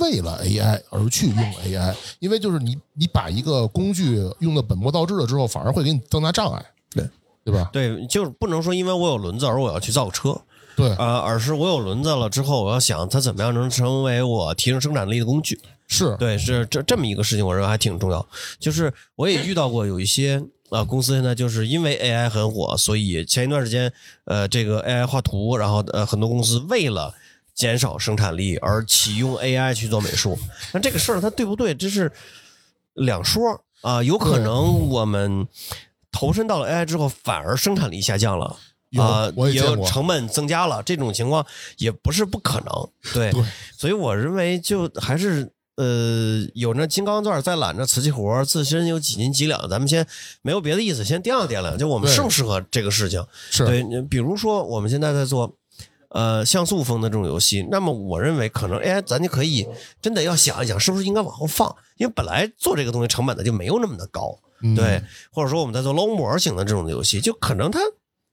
[SPEAKER 1] 为了 AI 而去用 AI，因为就是你你把一个工具用的本末倒置了之后，反而会给你增加障碍。
[SPEAKER 6] 对。
[SPEAKER 1] 对吧？
[SPEAKER 6] 对，就是不能说因为我有轮子而我要去造个车，
[SPEAKER 1] 对，
[SPEAKER 6] 呃，而是我有轮子了之后，我要想它怎么样能成为我提升生产力的工具。
[SPEAKER 1] 是，
[SPEAKER 6] 对，是这这么一个事情，我认为还挺重要。就是我也遇到过有一些啊、呃公司现在就是因为 AI 很火，所以前一段时间呃，这个 AI 画图，然后呃，很多公司为了减少生产力而启用 AI 去做美术，但这个事儿它对不对，这是两说啊、有可
[SPEAKER 1] 对
[SPEAKER 6] 能我们投身到了 AI 之后，反而生产力下降了。
[SPEAKER 1] 有
[SPEAKER 6] 啊，
[SPEAKER 1] 我也
[SPEAKER 6] 也
[SPEAKER 1] 见
[SPEAKER 6] 有
[SPEAKER 1] 过
[SPEAKER 6] 成本增加了，这种情况也不是不可 能。对，
[SPEAKER 1] 对
[SPEAKER 6] 所以我认为就还是呃，有那金刚钻在揽着瓷器活儿，自身有几斤几两，咱们先没有别的意思，先掂量掂量，就我们
[SPEAKER 1] 对
[SPEAKER 6] 适不适合这个事情。
[SPEAKER 1] 是
[SPEAKER 6] 对，你比如说我们现在在做。呃，像素风的这种游戏，那么我认为可能，哎，咱就可以真的要想一想，是不是应该往后放？因为本来做这个东西成本它就没有那么的高，
[SPEAKER 1] 嗯
[SPEAKER 6] 对，或者说我们在做捞模型的这种游戏，就可能它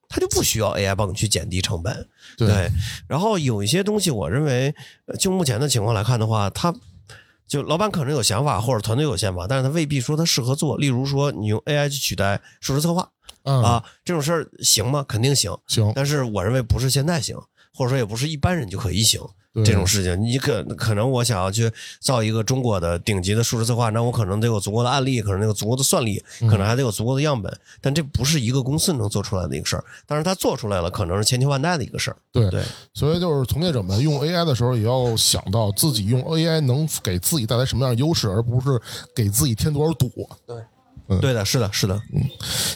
[SPEAKER 6] 它就不需要 AI 帮你去减低成本。
[SPEAKER 1] 对
[SPEAKER 6] 然后有一些东西，我认为呃就目前的情况来看的话，它就老板可能有想法或者团队有想法，但是他未必说他适合做。例如说，你用 AI 去取代数值策划
[SPEAKER 1] 嗯，
[SPEAKER 6] 啊，这种事儿行吗？肯定行，
[SPEAKER 1] 行，
[SPEAKER 6] 但是我认为不是现在行，或者说也不是一般人就可以行。
[SPEAKER 1] 对
[SPEAKER 6] 这种事情，你可可能我想要去造一个中国的顶级的数值策划，那我可能得有足够的案例，可能得有足够的算力，可
[SPEAKER 1] 嗯
[SPEAKER 6] 能还得有足够的样本，但这不是一个公司能做出来的一个事儿。但是他做出来了，可能是千秋万代的一个事儿。
[SPEAKER 1] 对
[SPEAKER 6] 对
[SPEAKER 1] 所以就是从业者们用 AI 的时候，也要想到自己用 AI 能给自己带来什么样的优势，而不是给自己添多少堵。嗯
[SPEAKER 6] 对的，是的，是的。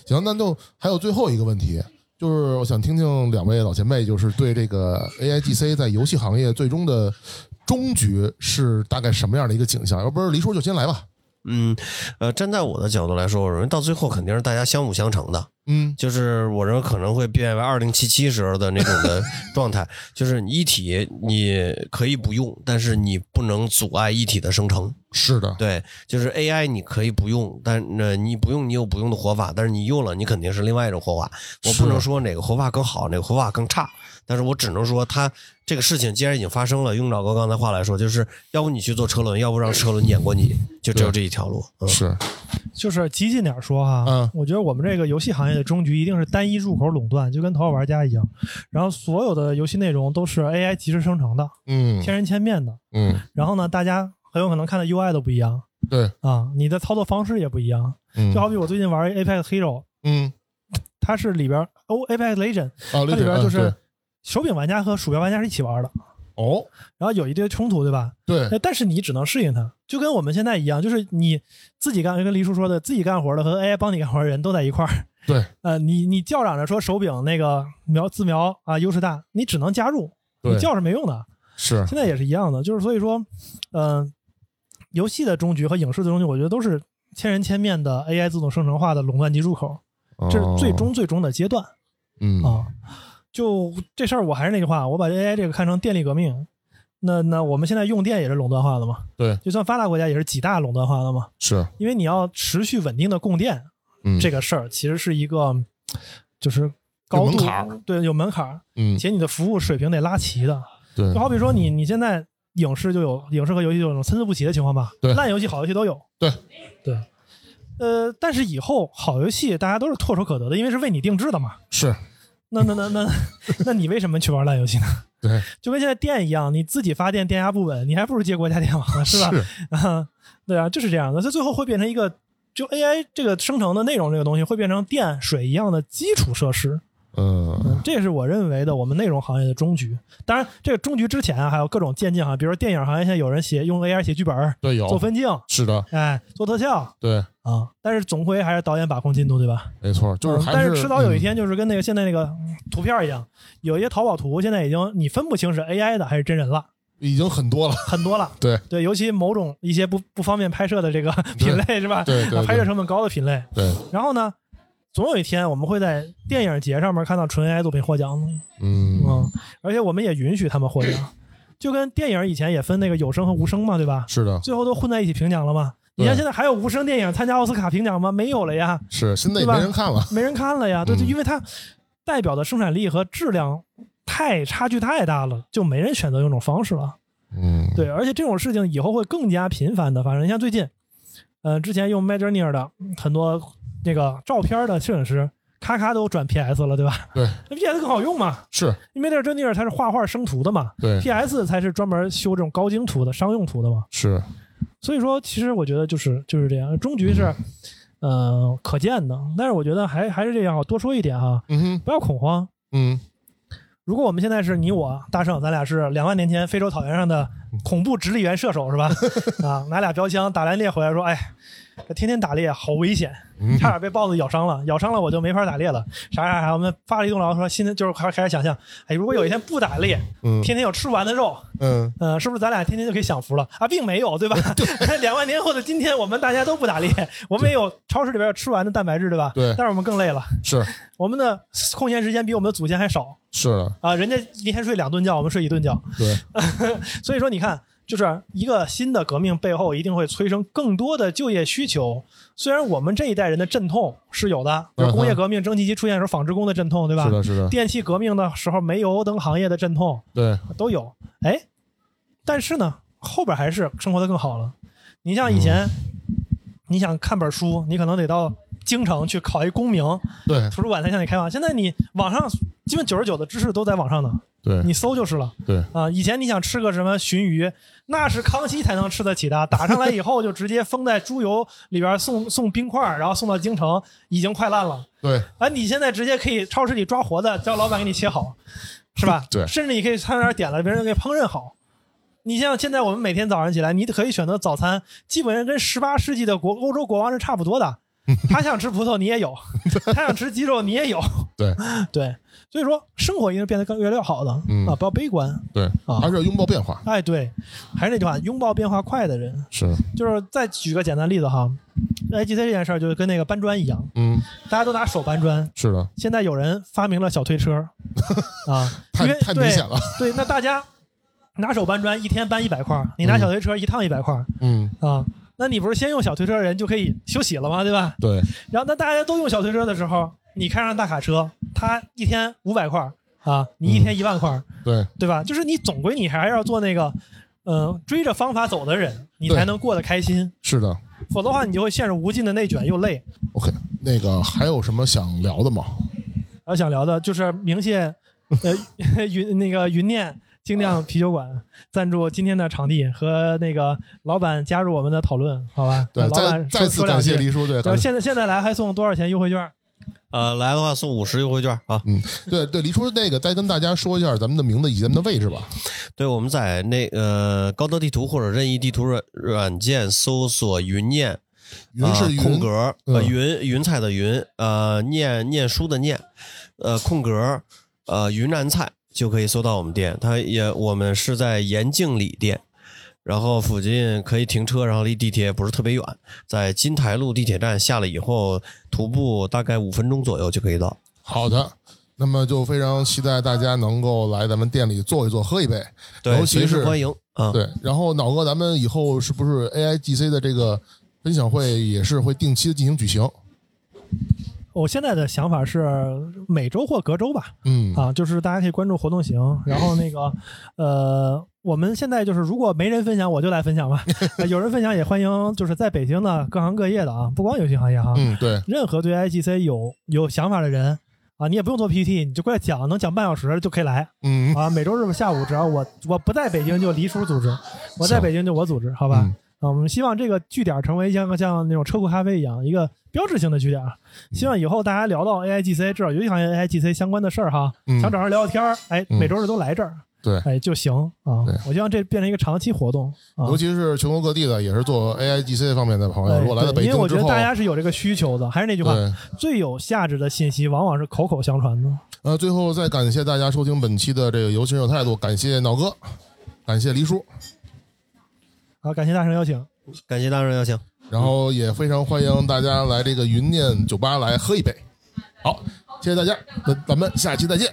[SPEAKER 1] 行，那就还有最后一个问题，就是我想听听两位老前辈，就是对这个 AIGC 在游戏行业最终的终局是大概什么样的一个景象？要不是黎叔就先来吧。
[SPEAKER 6] 嗯，呃，站在我的角度来说，我认为到最后肯定是大家相辅相成的。
[SPEAKER 1] 嗯，
[SPEAKER 6] 就是我认为可能会变为二零七七时候的那种的状态，就是你一体你可以不用，但是你不能阻碍一体的生成。
[SPEAKER 1] 是的，
[SPEAKER 6] 对，就是 AI 你可以不用，但呃你不用你有不用的活法，但是你用了你肯定是另外一种活法。我
[SPEAKER 1] 是
[SPEAKER 6] 不能说哪个活法更好，哪个活法更差，但是我只能说它这个事情既然已经发生了，用老哥刚才话来说，就是要不你去做车轮，要不让车轮碾过你，就只有这一条路。嗯、
[SPEAKER 1] 是，
[SPEAKER 5] 就是激进点儿说哈，
[SPEAKER 1] 嗯
[SPEAKER 5] 我觉得我们这个游戏行业的终局一定是单一入口垄断，就跟头号玩家一样。然后所有的游戏内容都是 AI 即时生成的，
[SPEAKER 1] 嗯
[SPEAKER 5] 千人千面的。
[SPEAKER 1] 嗯，
[SPEAKER 5] 然后呢，大家很有可能看的 UI 都不一样
[SPEAKER 1] 对，
[SPEAKER 5] 啊，你的操作方式也不一样。
[SPEAKER 1] 嗯
[SPEAKER 5] 就好比我最近玩 Apex Hero，
[SPEAKER 1] 嗯
[SPEAKER 5] 它是里边哦 Apex Legend
[SPEAKER 1] 啊，
[SPEAKER 5] 它里边
[SPEAKER 1] 嗯
[SPEAKER 5] 就
[SPEAKER 1] 对
[SPEAKER 5] 是手柄玩家和鼠标玩家是一起玩的，
[SPEAKER 1] 哦，
[SPEAKER 5] 然后有一堆冲突，对吧？
[SPEAKER 1] 对
[SPEAKER 5] 哎，但是你只能适应它，就跟我们现在一样，就是你自己干，就跟黎叔说的，自己干活的和 AI 帮你干活的人都在一块儿。
[SPEAKER 1] 对，
[SPEAKER 5] 呃，你你叫嚷着说手柄那个瞄自瞄啊优势大，你只能加入，你
[SPEAKER 1] 对，
[SPEAKER 5] 叫是没用的。
[SPEAKER 1] 是，
[SPEAKER 5] 现在也是一样的，就是所以说，嗯、游戏的终局和影视的终局，我觉得都是千人千面的 AI 自动生成化的垄断级入口，这是最终最终的阶段
[SPEAKER 1] 哦嗯
[SPEAKER 5] 啊啊。就这事儿，我还是那句话，我把 AI 这个看成电力革命，那那我们现在用电也是垄断化的嘛，
[SPEAKER 1] 对，
[SPEAKER 5] 就算发达国家也是几大垄断化的嘛，
[SPEAKER 1] 是，
[SPEAKER 5] 因为你要持续稳定的供电，
[SPEAKER 1] 嗯，
[SPEAKER 5] 这个事儿其实是一个就是
[SPEAKER 1] 有
[SPEAKER 5] 高度
[SPEAKER 1] 门槛儿
[SPEAKER 5] 对有门槛儿，
[SPEAKER 1] 嗯
[SPEAKER 5] 且你的服务水平得拉齐的。
[SPEAKER 1] 对
[SPEAKER 5] 就好比说你你现在影视就有影视和游戏就有那种参差不齐的情况吧，
[SPEAKER 1] 对
[SPEAKER 5] 烂游戏好游戏都有，
[SPEAKER 1] 对
[SPEAKER 5] 对。呃，但是以后好游戏大家都是唾手可得的，因为是为你定制的嘛。
[SPEAKER 1] 是，
[SPEAKER 5] 那那那那，那你为什么去玩烂游戏呢？
[SPEAKER 1] 对，
[SPEAKER 5] 就跟现在电一样，你自己发电电压不稳，你还不如接国家电网呢，是吧？啊，对啊，就是这样的，所以最后会变成一个，就 AI 这个生成的内容这个东西会变成电水一样的基础设施，
[SPEAKER 1] 嗯，
[SPEAKER 5] 这是我认为的我们内容行业的终局。当然，这个终局之前啊，还有各种渐进行业，比如说电影行业，现在有人写用 AI 写剧本儿、
[SPEAKER 1] 对，
[SPEAKER 5] 做
[SPEAKER 1] 有，
[SPEAKER 5] 分镜，
[SPEAKER 1] 是的，
[SPEAKER 5] 哎，做特效
[SPEAKER 1] 对，
[SPEAKER 5] 啊，但是总归还是导演把控进度，对吧？
[SPEAKER 1] 没错，就是
[SPEAKER 5] 嗯
[SPEAKER 1] 还
[SPEAKER 5] 但迟早有一
[SPEAKER 1] 嗯
[SPEAKER 5] 天，就是跟那个现在那个图片一样，有一些淘宝图现在已经你分不清是 AI 的还是真人了，
[SPEAKER 1] 嗯已经很多了，
[SPEAKER 5] 很多了。
[SPEAKER 1] 对
[SPEAKER 5] 对，尤其某种一些不不方便拍摄的这个 品类是吧？
[SPEAKER 1] 对对
[SPEAKER 5] 啊
[SPEAKER 1] 对
[SPEAKER 5] 拍摄成本高的品类。
[SPEAKER 1] 对，
[SPEAKER 5] 然后呢，总有一天我们会在电影节上面看到纯 AI 作品获奖的，
[SPEAKER 1] 嗯，
[SPEAKER 5] 嗯，而且我们也允许他们获奖，就跟电影以前也分那个有声和无声嘛，对吧？
[SPEAKER 1] 是的，
[SPEAKER 5] 最后都混在一起评奖了嘛。
[SPEAKER 1] 对
[SPEAKER 5] 你看现在还有无声电影参加奥斯卡评奖吗？没有了呀。
[SPEAKER 1] 是，现在也
[SPEAKER 5] 对吧
[SPEAKER 1] 没人看了，
[SPEAKER 5] 没人看了呀。对，就
[SPEAKER 1] 嗯
[SPEAKER 5] 因为它代表的生产力和质量太差距太大了，就没人选择用这种方式了。
[SPEAKER 1] 嗯，
[SPEAKER 5] 对，而且这种事情以后会更加频繁的发生。你像最近，呃，之前用 Midjourney 的很多那个照片的摄影师，咔咔都转 PS 了，对吧？
[SPEAKER 1] 对，
[SPEAKER 5] 那 PS 更好用嘛
[SPEAKER 1] 是，
[SPEAKER 5] 因为，Midjourney 它是画画生图的嘛
[SPEAKER 1] 对，
[SPEAKER 5] ，PS 才是专门修这种高精图的商用图的嘛。
[SPEAKER 1] 是，
[SPEAKER 5] 所以说，其实我觉得就是就是这样，终局是。
[SPEAKER 1] 嗯
[SPEAKER 5] 呃，可见的，但是我觉得还还是这样，我多说一点哈，
[SPEAKER 1] 嗯哼，
[SPEAKER 5] 不要恐慌。
[SPEAKER 1] 嗯，
[SPEAKER 5] 如果我们现在是你我大圣，咱俩是两万年前非洲草原上的
[SPEAKER 1] 嗯
[SPEAKER 5] 恐怖直立猿射手是 吧？啊，拿俩标枪打完猎回来说，哎，这天天打猎好危险，
[SPEAKER 1] 嗯
[SPEAKER 5] 差点被豹子咬伤了，咬伤了我就没法打猎了，啥啥啥。我们发了一栋牢说，现在就是开开始想象，哎，如果有一天不打猎，
[SPEAKER 1] 嗯，
[SPEAKER 5] 天天有吃不完的肉，
[SPEAKER 1] 嗯，
[SPEAKER 5] 嗯、是不是咱俩天天就可以享福了啊？并没有，对吧？ 两万年后的今天，我们大家都不打猎，我们也有超市里边吃不完的蛋白质，对吧？
[SPEAKER 1] 对
[SPEAKER 5] 但是我们更累了，
[SPEAKER 1] 是，
[SPEAKER 5] 我们的空闲时间比我们的祖先还少。
[SPEAKER 1] 是的，
[SPEAKER 5] 啊，人家一天睡两顿觉，我们睡一顿觉。
[SPEAKER 1] 对，
[SPEAKER 5] 所以说，你看，就是一个新的革命背后一定会催生更多的就业需求。虽然我们这一代人的阵痛是有的，就是工业革命、蒸汽机出现的时候，纺织工的阵痛，对吧
[SPEAKER 1] 嗯是？的，是的，
[SPEAKER 5] 电气革命的时候，煤油灯行业的阵痛
[SPEAKER 1] 对，
[SPEAKER 5] 都有。哎，但是呢，后边还是生活的更好了。你像以前，
[SPEAKER 1] 嗯
[SPEAKER 5] 你想看本书，你可能得到京城去考一功名，
[SPEAKER 1] 对，
[SPEAKER 5] 图书馆才向你开放。现在你网上基本九十九的知识都在网上呢。
[SPEAKER 1] 对，
[SPEAKER 5] 你搜就是了。
[SPEAKER 1] 对
[SPEAKER 5] 啊，以前你想吃个什么鲟鱼，那是康熙才能吃得起的， 打上来以后就直接封在猪油里边送送冰块，然后送到京城，已经快烂了。
[SPEAKER 1] 对，
[SPEAKER 5] 啊，你现在直接可以超市里抓活的，叫老板给你
[SPEAKER 1] ？
[SPEAKER 5] 切好，是吧
[SPEAKER 1] 对
[SPEAKER 5] 甚至你可以餐点点了，别人给烹饪好。你像现在我们每天早上起来，你可以选择早餐，基本上跟十八世纪的国欧洲国王是差不 多的。他想吃葡萄，你也有；他想吃鸡肉，你也有。
[SPEAKER 1] 对
[SPEAKER 5] 对，所以说生活一定变得更越来越好的、
[SPEAKER 1] 嗯
[SPEAKER 5] 啊，不要悲观。
[SPEAKER 1] 对，
[SPEAKER 5] 啊
[SPEAKER 1] 还是要拥抱变化，
[SPEAKER 5] 哎，对，还是那句话，拥抱变化快的人，
[SPEAKER 1] 是，
[SPEAKER 5] 就是再举个简单例子哈，A G C 这件事儿就是跟那个搬砖一样，
[SPEAKER 1] 嗯，
[SPEAKER 5] 大家都拿手搬砖，
[SPEAKER 1] 是的，
[SPEAKER 5] 现在有人发明了小推车啊，
[SPEAKER 1] 太
[SPEAKER 5] 因为
[SPEAKER 1] 太明显了，
[SPEAKER 5] 对。对，那大家拿手搬砖，一天搬一百块儿，你拿
[SPEAKER 1] 嗯
[SPEAKER 5] 小推车一趟一百块儿
[SPEAKER 1] 嗯，
[SPEAKER 5] 啊。那你不是先用小推车的人就可以休息了吗？对吧？
[SPEAKER 1] 对，
[SPEAKER 5] 然后那大家都用小推车的时候，你开上大卡车，他一天五百块儿啊，你一天一万块儿，
[SPEAKER 1] 对，
[SPEAKER 5] 对吧？就是你总归你还是要做那个，呃，追着方法走的人，你
[SPEAKER 1] 对
[SPEAKER 5] 才能过得开心，
[SPEAKER 1] 是的
[SPEAKER 5] 否则的话你就会陷入无尽的内卷又累。
[SPEAKER 1] ，OK，那个还有什么想聊的吗？
[SPEAKER 5] 然后想聊的就是鸣谢，呃， 云那个云念精酿啤酒馆赞助今天的场地和那个老板加入我们的讨论，好吧？
[SPEAKER 1] 对，
[SPEAKER 5] 老
[SPEAKER 1] 再
[SPEAKER 5] 板说
[SPEAKER 1] 再次
[SPEAKER 5] 说两
[SPEAKER 1] 感谢
[SPEAKER 5] 句
[SPEAKER 1] 黎叔，对，
[SPEAKER 5] 然
[SPEAKER 1] 感
[SPEAKER 5] 后
[SPEAKER 1] 谢，
[SPEAKER 5] 现在现在来还送多少钱优惠券？
[SPEAKER 6] 呃，来的话送五十优惠券啊！
[SPEAKER 1] 嗯，对对，黎叔那个再跟大家说一下咱们的名字以及咱们的位置吧，
[SPEAKER 6] 啊对，我们在那呃高德地图或者任意地图软软件搜索“云念”，
[SPEAKER 1] 云
[SPEAKER 6] 啊
[SPEAKER 1] 是
[SPEAKER 6] 空
[SPEAKER 1] 云，
[SPEAKER 6] 格，呃，
[SPEAKER 1] 嗯
[SPEAKER 6] 云云彩的云，呃，念念书的念，呃，空格，呃，云南菜就可以搜到我们店。它也我们是在延庆里店，然后附近可以停车，然后离地铁不是特别远，在金台路地铁站下了以后，徒步大概五分钟左右就可以到。
[SPEAKER 1] 好的，那么就非常期待大家能够来咱们店里坐一坐，喝一杯。
[SPEAKER 6] 对，
[SPEAKER 1] 尤其
[SPEAKER 6] 随时
[SPEAKER 1] 是
[SPEAKER 6] 欢迎
[SPEAKER 5] 嗯
[SPEAKER 6] 啊，
[SPEAKER 1] 对，然后脑哥，咱们以后是不是 AIGC 的这个分享会也是会定期的进行举行？
[SPEAKER 5] 我现在的想法是每周或隔周吧，
[SPEAKER 1] 嗯，
[SPEAKER 5] 啊，就是大家可以关注活动型，然后那个，呃，我们现在就是如果没人分享，我就来分享吧。 呃有人分享也欢迎，就是在北京的各行各业的啊，不光游戏行业哈、
[SPEAKER 1] 嗯，对，
[SPEAKER 5] 任何对 IGC 有有想法的人啊，你也不用做 PPT，你就过来讲，能讲半小时就可以来
[SPEAKER 1] 嗯，
[SPEAKER 5] 啊。每周日下午，只要我我不在北京就黎叔组织，我在
[SPEAKER 1] 行
[SPEAKER 5] 北京就我组织，好吧？
[SPEAKER 1] 嗯
[SPEAKER 5] 啊，我们希望这个据点成为像个像那种车库咖啡一样一个标志性的据点。啊希望以后大家聊到 AIGC，至少游戏行业 AIGC 相关的事儿哈，
[SPEAKER 1] 嗯
[SPEAKER 5] 想找人聊聊天儿，哎，
[SPEAKER 1] 嗯
[SPEAKER 5] 每周日都来这儿，
[SPEAKER 1] 对
[SPEAKER 5] 哎就行啊
[SPEAKER 1] 对。
[SPEAKER 5] 我希望这变成一个长期活动啊
[SPEAKER 1] 尤。其是全国各地的，也是做 AIGC 方面的朋友，
[SPEAKER 5] 哎
[SPEAKER 1] 如果来到
[SPEAKER 5] 对
[SPEAKER 1] 北
[SPEAKER 5] 因为
[SPEAKER 1] 京
[SPEAKER 5] 我觉
[SPEAKER 1] 之
[SPEAKER 5] 得
[SPEAKER 1] 后，
[SPEAKER 5] 大家是有这个需求的。还是那句话，
[SPEAKER 1] 对，
[SPEAKER 5] 最有价值的信息往往是口口相传的。
[SPEAKER 1] 呃，最后再感谢大家收听本期的这个《游戏人有态度》，感谢脑哥，感谢黎叔，
[SPEAKER 5] 好，感谢大圣邀请，
[SPEAKER 6] 感谢大人邀请，
[SPEAKER 1] 然后也非常欢迎大家来这个云念酒吧来喝一杯。好，谢谢大家，那咱们下期再见。